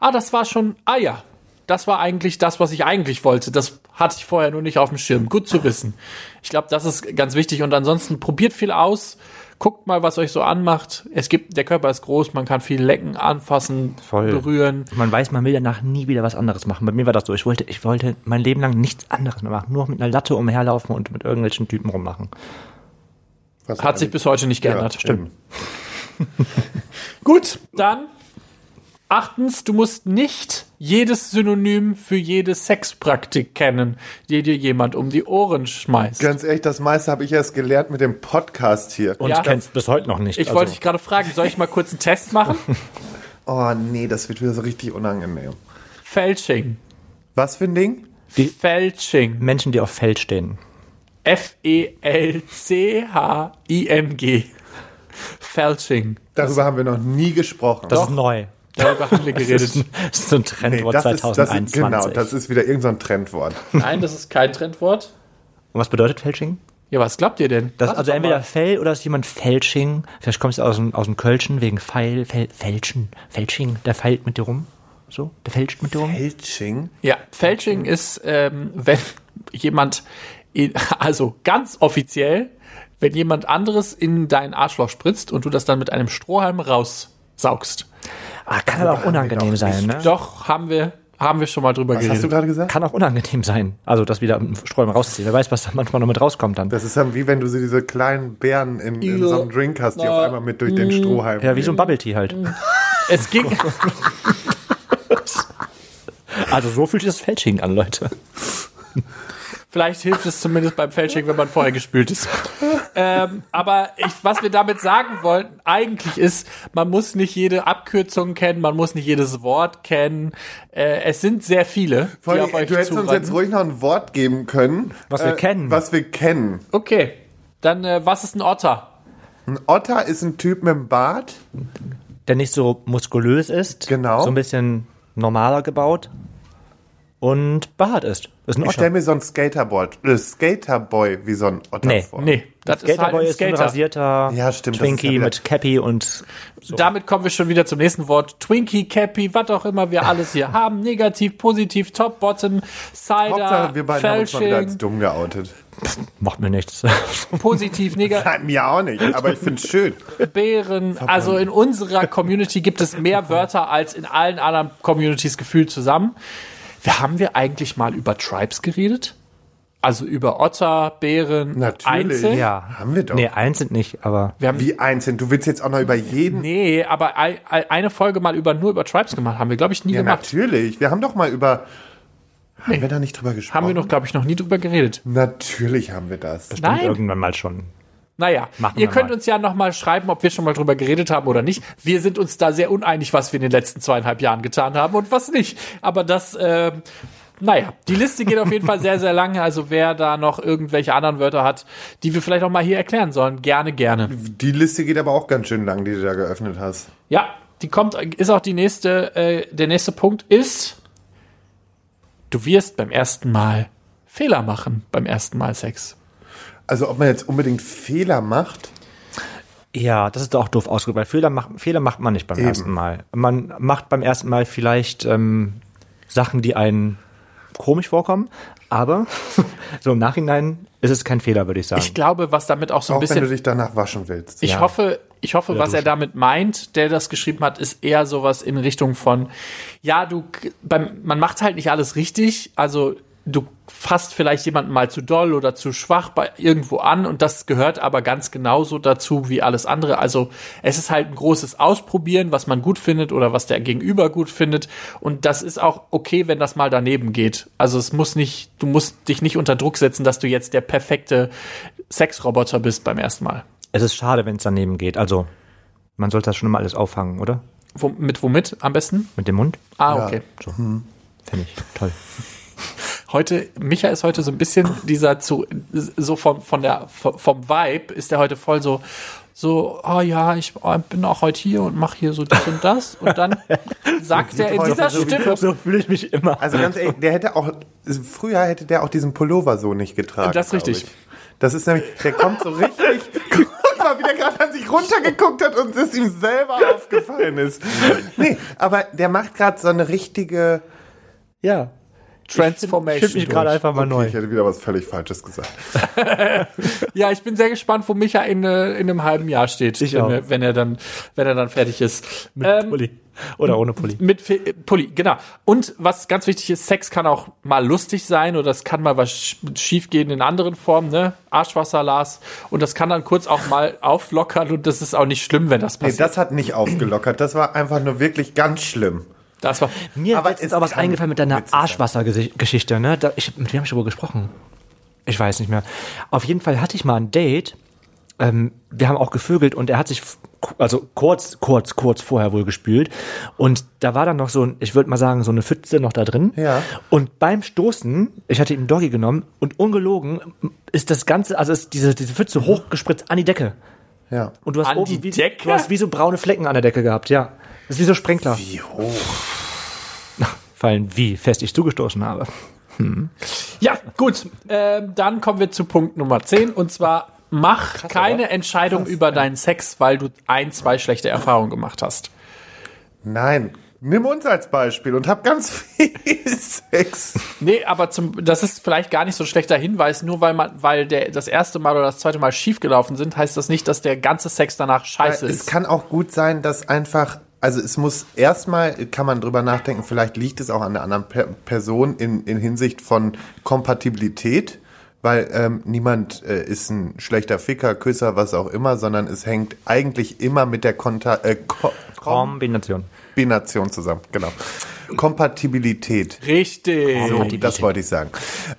S1: ah, das war schon, ah ja, das war eigentlich das, was ich eigentlich wollte. Das hatte ich vorher nur nicht auf dem Schirm. Gut zu wissen. Ich glaube, das ist ganz wichtig. Und ansonsten probiert viel aus. Guckt mal, was euch so anmacht. Es gibt, der Körper ist groß, man kann viel lecken, anfassen,
S3: Voll.
S1: berühren.
S3: Man weiß, man will danach nie wieder was anderes machen. Bei mir war das so. Ich wollte, ich wollte mein Leben lang nichts anderes mehr machen. Nur mit einer Latte umherlaufen und mit irgendwelchen Typen rummachen.
S2: Was
S1: Hat sich bis heute nicht geändert.
S2: ja, stimmt.
S1: Gut, dann achtens, du musst nicht jedes Synonym für jede Sexpraktik kennen, die dir jemand um die Ohren schmeißt.
S2: Ganz ehrlich, das meiste habe ich erst gelernt mit dem Podcast hier.
S1: Ja.
S3: kenn's bis heute noch nicht. Also
S1: ich wollte dich gerade fragen, soll ich mal kurz einen Test machen?
S2: Oh nee, das wird wieder so richtig unangenehm.
S1: Fälsching.
S2: Was für ein Ding?
S3: Die-
S1: Fälsching.
S3: Menschen, die auf Feld stehen.
S1: E F-E-L-C-H-I-N-G. Felching.
S2: Darüber haben wir noch nie gesprochen.
S3: Das ist neu.
S1: Darüber haben wir
S3: Das ist,
S1: geredet.
S3: ein- das ist so ein Trendwort
S2: das ist, das ist,
S3: 2021.
S2: genau, das ist wieder irgendein so ein Trendwort.
S1: Nein, das ist kein Trendwort.
S3: und was bedeutet Fälsching?
S1: Ja, was glaubt ihr denn?
S3: Das,
S1: Warte
S3: also
S1: doch
S3: entweder
S1: mal.
S3: Fell oder ist jemand Fälsching. Vielleicht kommst du aus dem, aus dem Kölschen wegen Feil, Fel, Fälschen, Fälsching. Der feilt mit dir rum. So, der fälscht mit dir rum.
S2: Fälsching?
S1: Ja, Felching ist, ähm, wenn jemand, in, also ganz offiziell, wenn jemand anderes in dein Arschloch spritzt und du das dann mit einem Strohhalm raussaugst.
S3: Ah, kann aber auch unangenehm sein, ne?
S1: Doch, haben wir, haben wir schon mal drüber
S2: Was hast du
S1: geredet.
S2: gerade gesagt?
S3: Kann auch unangenehm sein. Also das wieder im Sträumen rausziehen. Wer weiß, was da manchmal noch mit rauskommt dann.
S2: Das ist dann wie wenn du so diese kleinen Bären in, in so einem Drink hast, die auf einmal mit durch
S1: Mhm.
S2: den Strohhalm.
S3: Ja, wie so ein Bubble Tea halt.
S2: Mhm.
S1: Es ging,
S3: Also so fühlt sich das Fälsching an, Leute.
S1: Vielleicht hilft es zumindest beim Fälsching, wenn man vorher gespült ist. ähm, aber ich, was wir damit sagen wollten, eigentlich ist, man muss nicht jede Abkürzung kennen, man muss nicht jedes Wort kennen. Äh, es sind sehr viele, die
S2: Vor allem,
S1: auf euch
S2: du hättest uns
S1: zurennen.
S2: jetzt ruhig noch ein Wort geben können. äh,
S3: Was wir kennen.
S2: Was wir kennen.
S1: Okay, dann äh, was ist ein Otter?
S2: Ein Otter ist ein Typ mit einem Bart.
S3: Der nicht so muskulös ist.
S2: Genau.
S3: So ein bisschen normaler gebaut. Und behaart ist. Das ist ein
S2: Ich stell
S3: Otter.
S2: mir so ein Skaterboard, äh, Skaterboy wie so ein Otter
S3: Nee.
S2: vor.
S1: Nee, das ist halt
S3: Skaterboy
S1: ein
S3: ist so ein
S1: Skater.
S3: rasierter
S2: Ja, stimmt, das ist ja
S3: Twinkie
S2: wieder-
S3: mit Cappy und
S1: Damit kommen wir schon wieder zum nächsten Wort. Twinkie, Cappy, was auch immer wir alles hier haben. Negativ, positiv, Top, Bottom, Cider,
S2: Hauptsache, wir beiden haben uns mal wieder als
S1: Fälsching.
S2: dumm geoutet.
S3: macht mir nichts.
S1: Positiv, negativ.
S2: Nein, mir auch nicht, aber ich finde es schön.
S1: Bären. Also in unserer Community gibt es mehr Wörter als in allen anderen Communities gefühlt zusammen. Wir haben wir eigentlich mal über Tribes geredet? Also über Otter, Bären,
S2: Natürlich,
S1: Einzel?
S3: ja.
S2: Haben wir doch.
S3: Nee, eins sind nicht, aber
S1: Wir haben,
S2: Wie einzeln. Du willst jetzt auch noch über jeden.
S1: Nee, aber ei- ei- eine Folge mal über nur über Tribes gemacht haben wir, glaube ich, nie
S2: ja,
S1: gemacht.
S2: natürlich. Wir haben doch mal über. Haben wir da nicht drüber gesprochen?
S1: Haben wir noch, glaube ich, noch nie drüber geredet.
S2: Natürlich haben wir das.
S3: stimmt
S1: Nein.
S3: irgendwann mal schon.
S1: Naja,
S3: Machen
S1: ihr
S3: wir
S1: könnt
S3: mal.
S1: uns ja nochmal schreiben, ob wir schon mal drüber geredet haben oder nicht. Wir sind uns da sehr uneinig, was wir in den letzten zweieinhalb Jahren getan haben und was nicht. Aber das, äh, naja, die Liste geht auf jeden Fall sehr, sehr lange. Also wer da noch irgendwelche anderen Wörter hat, die wir vielleicht auch mal hier erklären sollen, gerne, gerne.
S2: Die Liste geht aber auch ganz schön lang, die du da geöffnet hast.
S1: Ja, die kommt, ist auch die nächste, äh, der nächste Punkt ist, du wirst beim ersten Mal Fehler machen beim ersten Mal Sex.
S2: Also, ob man jetzt unbedingt Fehler macht,
S3: Ja, das ist doch auch doof ausgedrückt, weil Fehler macht, Fehler macht man nicht beim ersten Mal. Man macht beim ersten Mal vielleicht ähm, Sachen, die einen komisch vorkommen, aber so im Nachhinein ist es kein Fehler, würde ich sagen.
S1: Ich glaube, was damit auch so ein
S2: auch wenn
S1: bisschen
S2: du dich danach waschen willst.
S1: Ich hoffe, ich hoffe, was er damit meint, der das geschrieben hat, ist eher sowas in Richtung von, ja, du, k- beim, man macht halt nicht alles richtig, also du fasst vielleicht jemanden mal zu doll oder zu schwach bei irgendwo an und das gehört aber ganz genauso dazu wie alles andere. Also es ist halt ein großes Ausprobieren, was man gut findet oder was der Gegenüber gut findet und das ist auch okay, wenn das mal daneben geht. Also es muss nicht, du musst dich nicht unter Druck setzen, dass du jetzt der perfekte Sexroboter bist beim ersten Mal.
S3: Es ist schade, wenn es daneben geht. Also man sollte das schon immer alles auffangen, oder?
S1: Wo, mit womit am besten?
S3: Mit dem Mund?
S1: Ah, okay.
S3: So. Finde ich toll.
S1: Heute, Micha ist heute so ein bisschen dieser zu, so vom, von der, vom Vibe ist er heute voll so, so, oh ja, ich bin auch heute hier und mache hier so das und das. Und dann sagt er in dieser Stimme,
S3: So fühle ich mich immer.
S2: Also ganz ehrlich, der hätte auch, früher hätte der auch diesen Pullover so nicht getragen.
S1: Das ist
S2: glaub
S1: richtig.
S2: Ich. Das ist nämlich, der kommt so richtig, guck mal, wie der gerade an sich runtergeguckt hat und es ihm selber aufgefallen ist. Nee, aber der macht gerade so eine richtige,
S3: Ja.
S1: Transformation.
S3: Schimpf mich gerade einfach mal
S2: ich
S3: neu.
S2: hätte wieder was völlig Falsches gesagt.
S1: Ja, ich bin sehr gespannt, wo Micha in, äh, in einem halben Jahr steht,
S3: Ich
S1: wenn,
S3: auch.
S1: Er, wenn er dann, wenn er dann fertig ist. Ähm,
S3: Mit Pulli. Ähm, Oder ohne Pulli.
S1: Mit Fe- äh, Pulli, genau. Und was ganz wichtig ist, Sex kann auch mal lustig sein oder es kann mal was sch- schief gehen in anderen Formen, ne? Arschwasser, Lars. Und das kann dann kurz auch mal auflockern und das ist auch nicht schlimm, wenn das
S2: Nee,
S1: passiert.
S2: das hat nicht aufgelockert. Das war einfach nur wirklich ganz schlimm.
S1: das war,
S3: Mir
S2: Aber
S3: aber ist
S2: es
S3: auch was
S2: kann
S3: eingefallen mit deiner
S2: witzig sein.
S3: Arschwassergeschichte, ne? Da, ich, mit wem habe ich darüber gesprochen? Ich weiß nicht mehr. Auf jeden Fall hatte ich mal ein Date. Ähm, wir haben auch gevögelt und er hat sich, f- also kurz, kurz, kurz vorher wohl gespült. Und da war dann noch so ein, ich würde mal sagen, so eine Pfütze noch da drin.
S2: Ja.
S3: Und beim Stoßen, ich hatte ihm Doggy genommen und ungelogen ist das Ganze, also ist diese, diese Pfütze hochgespritzt an die Decke.
S2: Ja.
S3: Und du hast
S1: An
S3: oben
S1: die
S3: wie,
S1: Decke?
S3: Du hast wie so braune Flecken an der Decke gehabt, ja. Das ist wie so Sprenkler
S2: Wie hoch.
S3: fallen, wie fest ich zugestoßen habe.
S1: ja, gut. Ähm, dann kommen wir zu Punkt Nummer 10 und zwar mach keine Entscheidung über deinen Sex, weil du ein, zwei schlechte Erfahrungen gemacht hast.
S2: Nein. Nimm uns als Beispiel und hab ganz viel Sex.
S1: Nee, aber zum, das ist vielleicht gar nicht so ein schlechter Hinweis. Nur weil man, weil der das erste Mal oder das zweite Mal schiefgelaufen sind, heißt das nicht, dass der ganze Sex danach scheiße
S2: Es
S1: ist.
S2: kann auch gut sein, dass einfach, also es muss erstmal, kann man drüber nachdenken, vielleicht liegt es auch an der anderen per Person in, in Hinsicht von Kompatibilität, weil ähm, niemand äh, ist ein schlechter Ficker, Küsser, was auch immer, sondern es hängt eigentlich immer mit der Konta äh, Ko
S3: Kombination.
S2: Kombination zusammen. Genau. Kompatibilität.
S1: Richtig.
S2: So, das wollte ich sagen.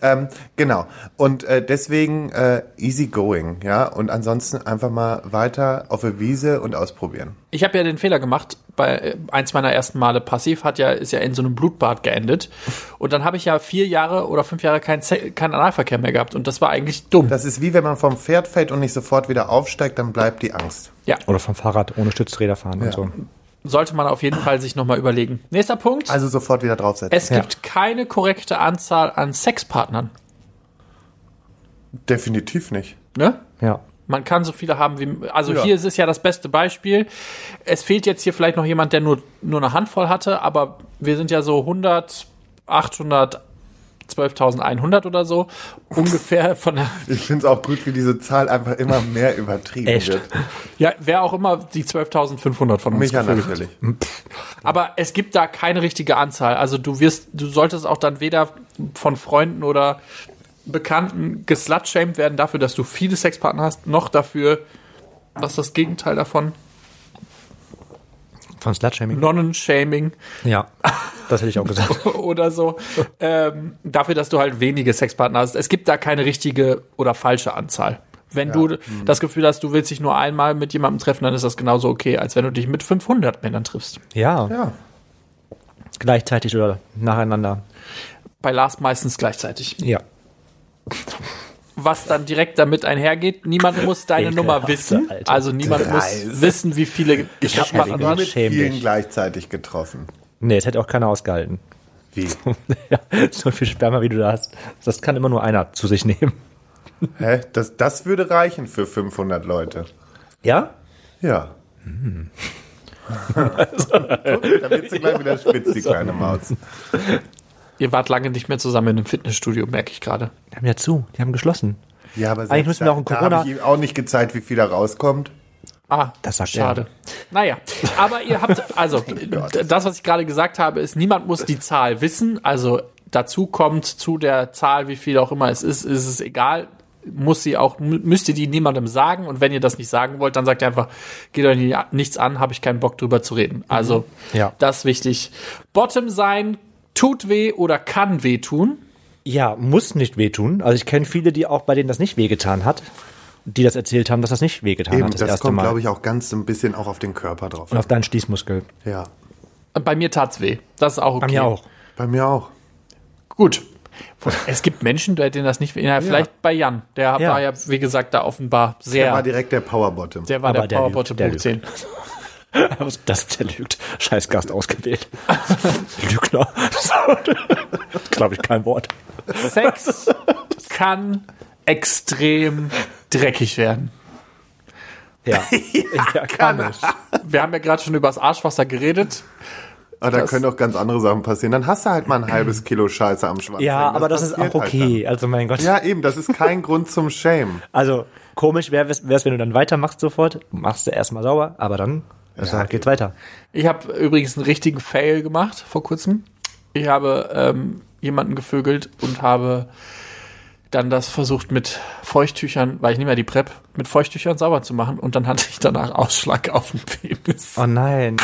S2: Ähm, genau. Und äh, deswegen äh, easy going, ja. Und ansonsten einfach mal weiter auf der Wiese und ausprobieren.
S1: Ich habe ja den Fehler gemacht, bei äh, eins meiner ersten Male passiv hat ja, ist ja in so einem Blutbad geendet. Und dann habe ich ja vier Jahre oder fünf Jahre keinen Se- keinen Analverkehr mehr gehabt. Und das war eigentlich dumm.
S2: Das ist wie wenn man vom Pferd fällt und nicht sofort wieder aufsteigt, dann bleibt die Angst.
S1: ja,
S3: Oder vom Fahrrad ohne Stützräder fahren und so.
S1: sollte man auf jeden Fall sich nochmal überlegen. Nächster Punkt.
S2: Also sofort wieder draufsetzen.
S1: es gibt keine korrekte Anzahl an Sexpartnern.
S2: Definitiv nicht.
S1: Ne?
S3: Ja.
S1: Man kann so viele haben wie. Also
S2: Ja.
S1: hier ist es ja das beste Beispiel. Es fehlt jetzt hier vielleicht noch jemand, der nur, nur eine Handvoll hatte, aber wir sind ja so 100, 800, 12.100 oder so. Ungefähr von der,
S2: Ich finde es auch gut, wie diese Zahl einfach immer mehr übertrieben
S3: Echt?
S2: wird.
S1: ja, wer auch immer die 12.500 von uns
S2: Micha
S1: gefühlt hat.
S2: natürlich.
S1: Aber es gibt da keine richtige Anzahl. Also du wirst, du solltest auch dann weder von Freunden oder Bekannten geslutshamed werden dafür, dass du viele Sexpartner hast, noch dafür, was ist das Gegenteil davon?
S3: Von Slutshaming?
S1: Nonnen-Shaming
S3: Ja, das hätte ich auch gesagt.
S1: oder so. Ähm, dafür, dass du halt wenige Sexpartner hast. Es gibt da keine richtige oder falsche Anzahl. Wenn du
S3: Mhm.
S1: das Gefühl hast, du willst dich nur einmal mit jemandem treffen, dann ist das genauso okay, als wenn du dich mit 500 Männern triffst.
S3: Ja,
S2: Ja.
S3: gleichzeitig oder nacheinander.
S1: Bei Lars meistens gleichzeitig.
S3: Ja.
S1: was dann direkt damit einhergeht. Niemand muss deine
S3: Ekelhaft,
S1: Nummer wissen.
S3: Alter.
S1: Also niemand muss
S2: Dreist.
S1: wissen, wie viele ich
S3: hab
S1: habe.
S3: mal-
S2: Nur mit
S3: Schäm
S2: vielen
S3: dich.
S2: gleichzeitig getroffen.
S3: Nee, das hätte auch keiner ausgehalten.
S2: Wie?
S3: Ja, so viel Sperma, wie du da hast. Das kann immer nur einer zu sich nehmen.
S2: Hä? Das, das würde reichen für 500 Leute.
S3: Ja?
S2: Ja. Guck, da wird sie gleich wieder spitz, die kleine Maus.
S1: Ihr wart lange nicht mehr zusammen in einem Fitnessstudio, merke ich gerade.
S3: Die haben ja zu, die haben geschlossen.
S2: Ja, aber
S3: Eigentlich müssen wir auch in
S2: da- Da
S3: Corona-
S2: habe ich ihm auch nicht gezeigt, wie viel da rauskommt.
S1: Ah,
S3: Das sagt Oh
S1: schade. Naja, aber ihr habt, also das, was ich gerade gesagt habe, ist, niemand muss die Zahl wissen. Also dazu kommt zu der Zahl, wie viel auch immer es ist, ist es egal. Muss sie auch, mü- müsst ihr die niemandem sagen und wenn ihr das nicht sagen wollt, dann sagt ihr einfach, geht euch nie- nichts an, habe ich keinen Bock drüber zu reden. Also
S3: Mhm. Ja.
S1: das ist wichtig. Bottom sein tut weh oder kann weh tun.
S3: Ja, muss nicht wehtun. Also ich kenne viele, die auch bei denen das nicht wehgetan hat, die das erzählt haben, dass das nicht wehgetan
S2: Eben,
S3: hat das,
S2: das,
S3: erste
S2: kommt,
S3: Mal.
S2: glaube ich, auch ganz so ein bisschen auch auf den Körper drauf.
S3: Und auf deinen Schließmuskel.
S2: Ja.
S1: Bei mir tat's weh. Das ist auch okay.
S3: Bei mir auch.
S2: Bei mir auch.
S1: Gut. Es gibt Menschen, bei denen das nicht. Ja, vielleicht bei Jan. Der
S3: Ja.
S1: war ja, wie gesagt, da offenbar
S2: Da
S1: sehr.
S2: war direkt der Powerbottom.
S1: Der war
S3: Aber
S1: der,
S3: der
S1: Powerbot
S3: lügt, der
S1: Punkt 10.
S3: Das der lügt. Scheiß Gast ausgewählt. Lügner. glaube ich kein Wort.
S1: Sex kann extrem dreckig werden.
S3: Ja, ja kann ich.
S1: Wir haben ja gerade schon über das Arschwasser geredet.
S2: Aber Ah, da
S1: das-
S2: können auch ganz andere Sachen passieren. Dann hast du halt mal ein halbes Kilo Scheiße am Schwanz.
S3: Ja,
S2: hängen.
S3: aber das ist auch
S2: passiert halt
S3: okay. also mein Gott.
S2: dann. ja, eben, das ist kein Grund zum Shame.
S3: Also komisch wäre es, wär's, wenn du dann weitermachst sofort. Du Machst du erstmal sauber, aber dann also, geht's weiter.
S1: Ich habe übrigens einen richtigen Fail gemacht vor kurzem. Ich habe ähm, jemanden gevögelt und habe dann das versucht mit Feuchttüchern, weil ich nehme ja die PrEP, mit Feuchttüchern sauber zu machen und dann hatte ich danach Ausschlag auf den Penis.
S3: Oh nein.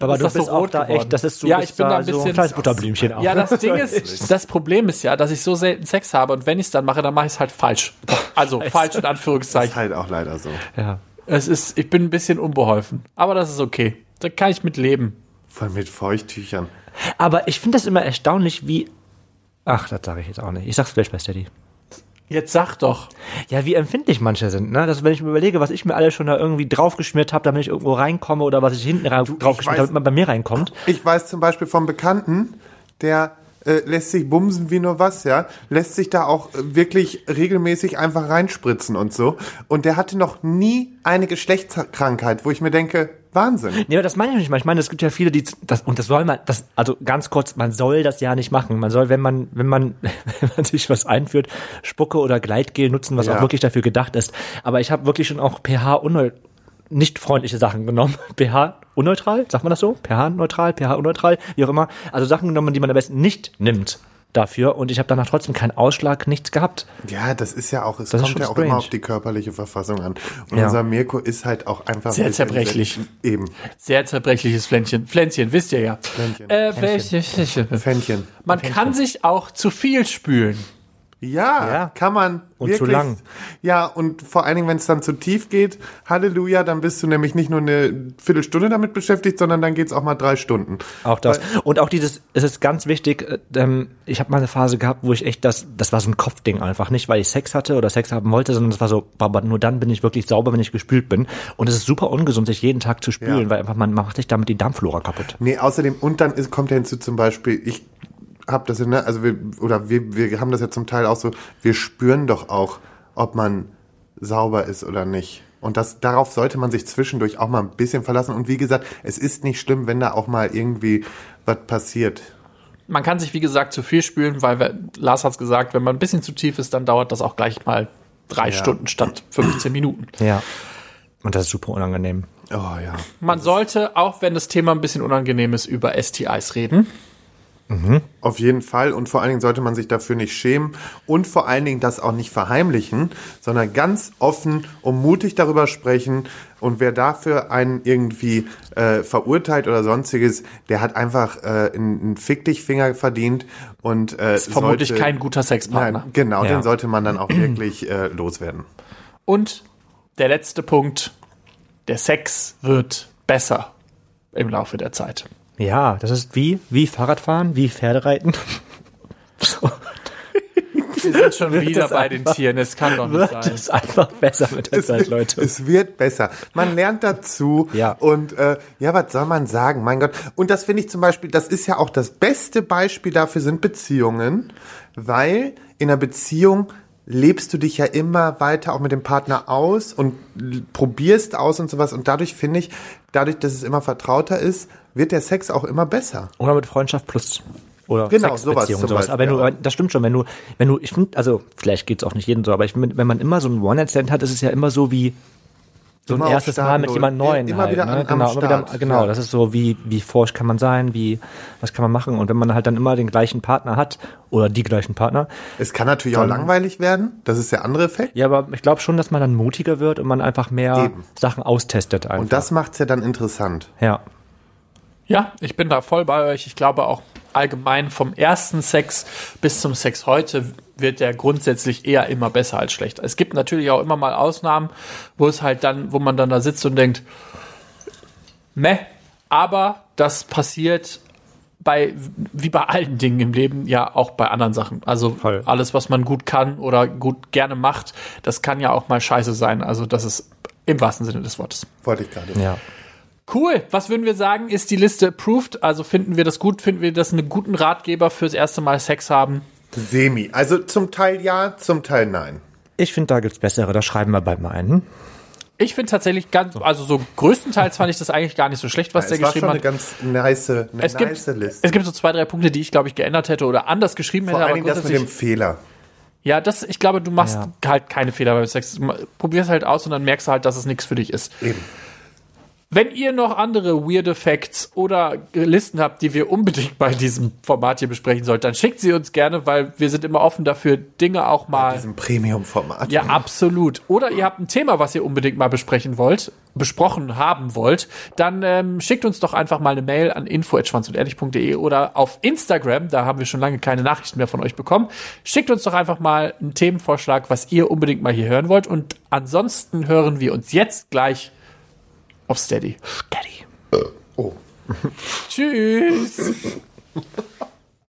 S3: Aber
S1: Ist
S3: du
S1: das
S3: bist
S1: so
S3: auch
S1: rot
S3: da
S1: geworden?
S3: echt, das ist so,
S1: Ja,
S3: bist
S1: ich bin da ein
S3: so
S1: bisschen-
S3: kleines Butterblümchen auch.
S1: Ja, das Ding ist, das Problem ist ja, dass ich so selten Sex habe und wenn ich es dann mache, dann mache ich es halt falsch. Also falsch in
S2: Ist
S1: Anführungszeichen.
S2: halt auch leider so.
S3: Ja.
S1: Es ist, ich bin ein bisschen unbeholfen, aber das ist okay. Da kann ich mit leben.
S2: Voll mit Feuchttüchern.
S3: Aber ich finde das immer erstaunlich, wie. Ach, das sage ich jetzt auch nicht. Ich sag's vielleicht bei Steady.
S1: Jetzt sag doch.
S3: Ja, wie empfindlich manche sind, ne? Das, wenn ich mir überlege, was ich mir alle schon da irgendwie draufgeschmiert habe, damit ich irgendwo reinkomme oder was ich hinten rein, draufgeschmiert
S2: weiß-
S3: habe, damit man bei mir reinkommt.
S2: Ich weiß zum Beispiel vom Bekannten, der äh, lässt sich bumsen wie nur was, ja. Lässt sich da auch äh, wirklich regelmäßig einfach reinspritzen und so. Und der hatte noch nie eine Geschlechtskrankheit, wo ich mir denke, Wahnsinn.
S3: Nee, aber das meine ich nicht mal. Ich meine, es gibt ja viele, die das und das soll man, das also ganz kurz, man soll das ja nicht machen. Man soll, wenn man, wenn man, wenn man sich was einführt, Spucke oder Gleitgel nutzen, was
S2: Ja.
S3: auch wirklich dafür gedacht ist. Aber ich habe wirklich schon auch pH unneu nicht freundliche Sachen genommen. pH unneutral, sagt man das so? pH neutral, pH unneutral, wie auch immer. Also Sachen genommen, die man am besten nicht nimmt dafür. Und ich habe danach trotzdem keinen Ausschlag, nichts gehabt.
S2: Ja, das ist ja auch, es
S3: Das ist
S2: kommt
S3: schon
S2: ja auch
S3: strange.
S2: immer auf die körperliche Verfassung an. Und
S3: Ja.
S2: unser Mirko ist halt auch einfach
S1: Sehr
S2: ein bisschen
S1: zerbrechlich.
S2: sensibel. Eben.
S1: Sehr zerbrechliches Pflänzchen. Pflänzchen, wisst ihr ja.
S2: Pflänzchen.
S1: Äh, Pflänzchen.
S2: Fännchen.
S1: Man kann sich auch zu viel spülen.
S2: Ja,
S3: Ja.
S2: kann man.
S3: Und zu lang.
S2: Ja, und vor allen Dingen, wenn es dann zu tief geht, Halleluja, dann bist du nämlich nicht nur eine Viertelstunde damit beschäftigt, sondern dann geht's auch mal drei Stunden.
S3: Auch das. Und auch dieses, es ist ganz wichtig, äh, ähm, ich habe mal eine Phase gehabt, wo ich echt das, das war so ein Kopfding einfach. Nicht, weil ich Sex hatte oder Sex haben wollte, sondern es war so, aber nur dann bin ich wirklich sauber, wenn ich gespült bin. Und es ist super ungesund, sich jeden Tag zu spülen,
S2: Ja.
S3: weil einfach man, man macht sich damit die Darmflora kaputt.
S2: Nee, außerdem, und dann ist, kommt ja hinzu zum Beispiel, ich hab das ja, ne, also wir, oder wir, wir haben das ja zum Teil auch so, wir spüren doch auch, ob man sauber ist oder nicht. Und das, darauf sollte man sich zwischendurch auch mal ein bisschen verlassen. Und wie gesagt, es ist nicht schlimm, wenn da auch mal irgendwie was passiert.
S1: Man kann sich, wie gesagt, zu viel spülen, weil wir- Lars hat es gesagt, wenn man ein bisschen zu tief ist, dann dauert das auch gleich mal drei Stunden statt 15 Minuten.
S3: Ja. Und das ist super unangenehm.
S2: Oh ja.
S1: Man sollte, auch wenn das Thema ein bisschen unangenehm ist, über STIs reden.
S2: Auf jeden Fall. Und vor allen Dingen sollte man sich dafür nicht schämen und vor allen Dingen das auch nicht verheimlichen, sondern ganz offen und mutig darüber sprechen. Und wer dafür einen irgendwie äh, verurteilt oder sonstiges, der hat einfach äh, einen, einen Fick dich Finger verdient und äh,
S1: Ist vermutlich
S2: sollte,
S1: kein guter Sexpartner.
S2: Nein, genau,
S3: Ja.
S2: den sollte man dann auch wirklich äh, loswerden.
S1: Und der letzte Punkt, der Sex wird besser im Laufe der Zeit.
S3: Ja, das ist wie, wie Fahrradfahren, wie Pferdereiten.
S1: Wir sind schon wieder
S3: das
S1: bei den Tieren, es kann doch nicht
S3: Wird
S1: sein.
S3: es einfach besser mit der Zeit, Leute.
S2: Es wird besser. Man lernt dazu.
S3: Ja.
S2: Und äh, ja, was soll man sagen? Mein Gott. Und das finde ich zum Beispiel, das ist ja auch das beste Beispiel dafür sind Beziehungen, weil in einer Beziehung lebst du dich ja immer weiter auch mit dem Partner aus und l- probierst aus und sowas. Und dadurch finde ich, dadurch, dass es immer vertrauter ist, wird der Sex auch immer besser.
S3: Oder mit Freundschaft plus. Oder
S2: Genau, sowas
S3: Sexbeziehung,
S2: zum
S3: sowas.
S2: Beispiel,
S3: Aber wenn
S2: ja.
S3: du, das stimmt schon, wenn du, wenn du, ich finde, also vielleicht geht's auch nicht jedem so, aber ich find, wenn man immer so einen One-Night-Stand hat, ist es ja immer so wie so ein
S2: Immer auf
S3: erstes Mal mit
S2: Startnull.
S3: jemand Neuen.
S2: Immer
S3: halt,
S2: wieder
S3: ne?
S2: an- am
S3: genau, immer wieder,
S2: Start,
S3: genau
S2: ja.
S3: das ist so wie, wie forsch kann man sein, wie, was kann man machen. Und wenn man halt dann immer den gleichen Partner hat oder die gleichen Partner,
S2: Es kann natürlich auch langweilig werden. Das ist der andere Effekt.
S3: ja, aber ich glaube schon, dass man dann mutiger wird und man einfach mehr
S2: Eben.
S3: Sachen austestet einfach.
S2: Und das macht's ja dann interessant.
S3: ja.
S1: Ja, ich bin da voll bei euch. Ich glaube auch allgemein vom ersten Sex bis zum Sex heute wird der grundsätzlich eher immer besser als schlechter. Es gibt natürlich auch immer mal Ausnahmen, wo es halt dann, wo man dann da sitzt und denkt, meh, aber das passiert bei, wie bei allen Dingen im Leben, ja auch bei anderen Sachen. Also
S3: Voll.
S1: alles, was man gut kann oder gut gerne macht, das kann ja auch mal scheiße sein. Also das ist im wahrsten Sinne des Wortes.
S2: Wollte ich gerade.
S3: Ja.
S1: Cool. Was würden wir sagen, ist die Liste approved? Also finden wir das gut? Finden wir das einen guten Ratgeber fürs erste Mal Sex haben?
S2: Semi. Also zum Teil ja, zum Teil nein.
S3: Ich finde, da gibt's bessere, da schreiben wir bald mal einen.
S1: Ich finde tatsächlich ganz, also so größtenteils fand ich das eigentlich gar nicht so schlecht, was
S2: Es
S1: der
S2: war schon
S1: geschrieben
S2: eine
S1: hat.
S2: ganz nice, eine
S1: Es gibt,
S2: nice Liste.
S1: es gibt so zwei, drei Punkte, die ich, glaube ich, geändert hätte oder anders geschrieben
S2: Vor
S1: hätte.
S2: allen Dingen das mit dem Fehler.
S1: ja, das, ich glaube, du machst
S3: Ja.
S1: halt keine Fehler beim Sex. Probier's halt aus und dann merkst du halt, dass es nichts für dich ist.
S2: Eben.
S1: Wenn ihr noch andere weirde Facts oder Listen habt, die wir unbedingt bei diesem Format hier besprechen sollten, dann schickt sie uns gerne, weil wir sind immer offen dafür, Dinge auch mal
S2: Diesem Premium-Format.
S1: Ja, absolut. Oder ihr habt ein Thema, was ihr unbedingt mal besprechen wollt, besprochen haben wollt, dann ähm, schickt uns doch einfach mal eine Mail an info.schwanzundehrlich.de oder auf Instagram, da haben wir schon lange keine Nachrichten mehr von euch bekommen. Schickt uns doch einfach mal einen Themenvorschlag, was ihr unbedingt mal hier hören wollt. Und ansonsten hören wir uns jetzt gleich auf Steady. Steady.
S2: Oh.
S1: Tschüss.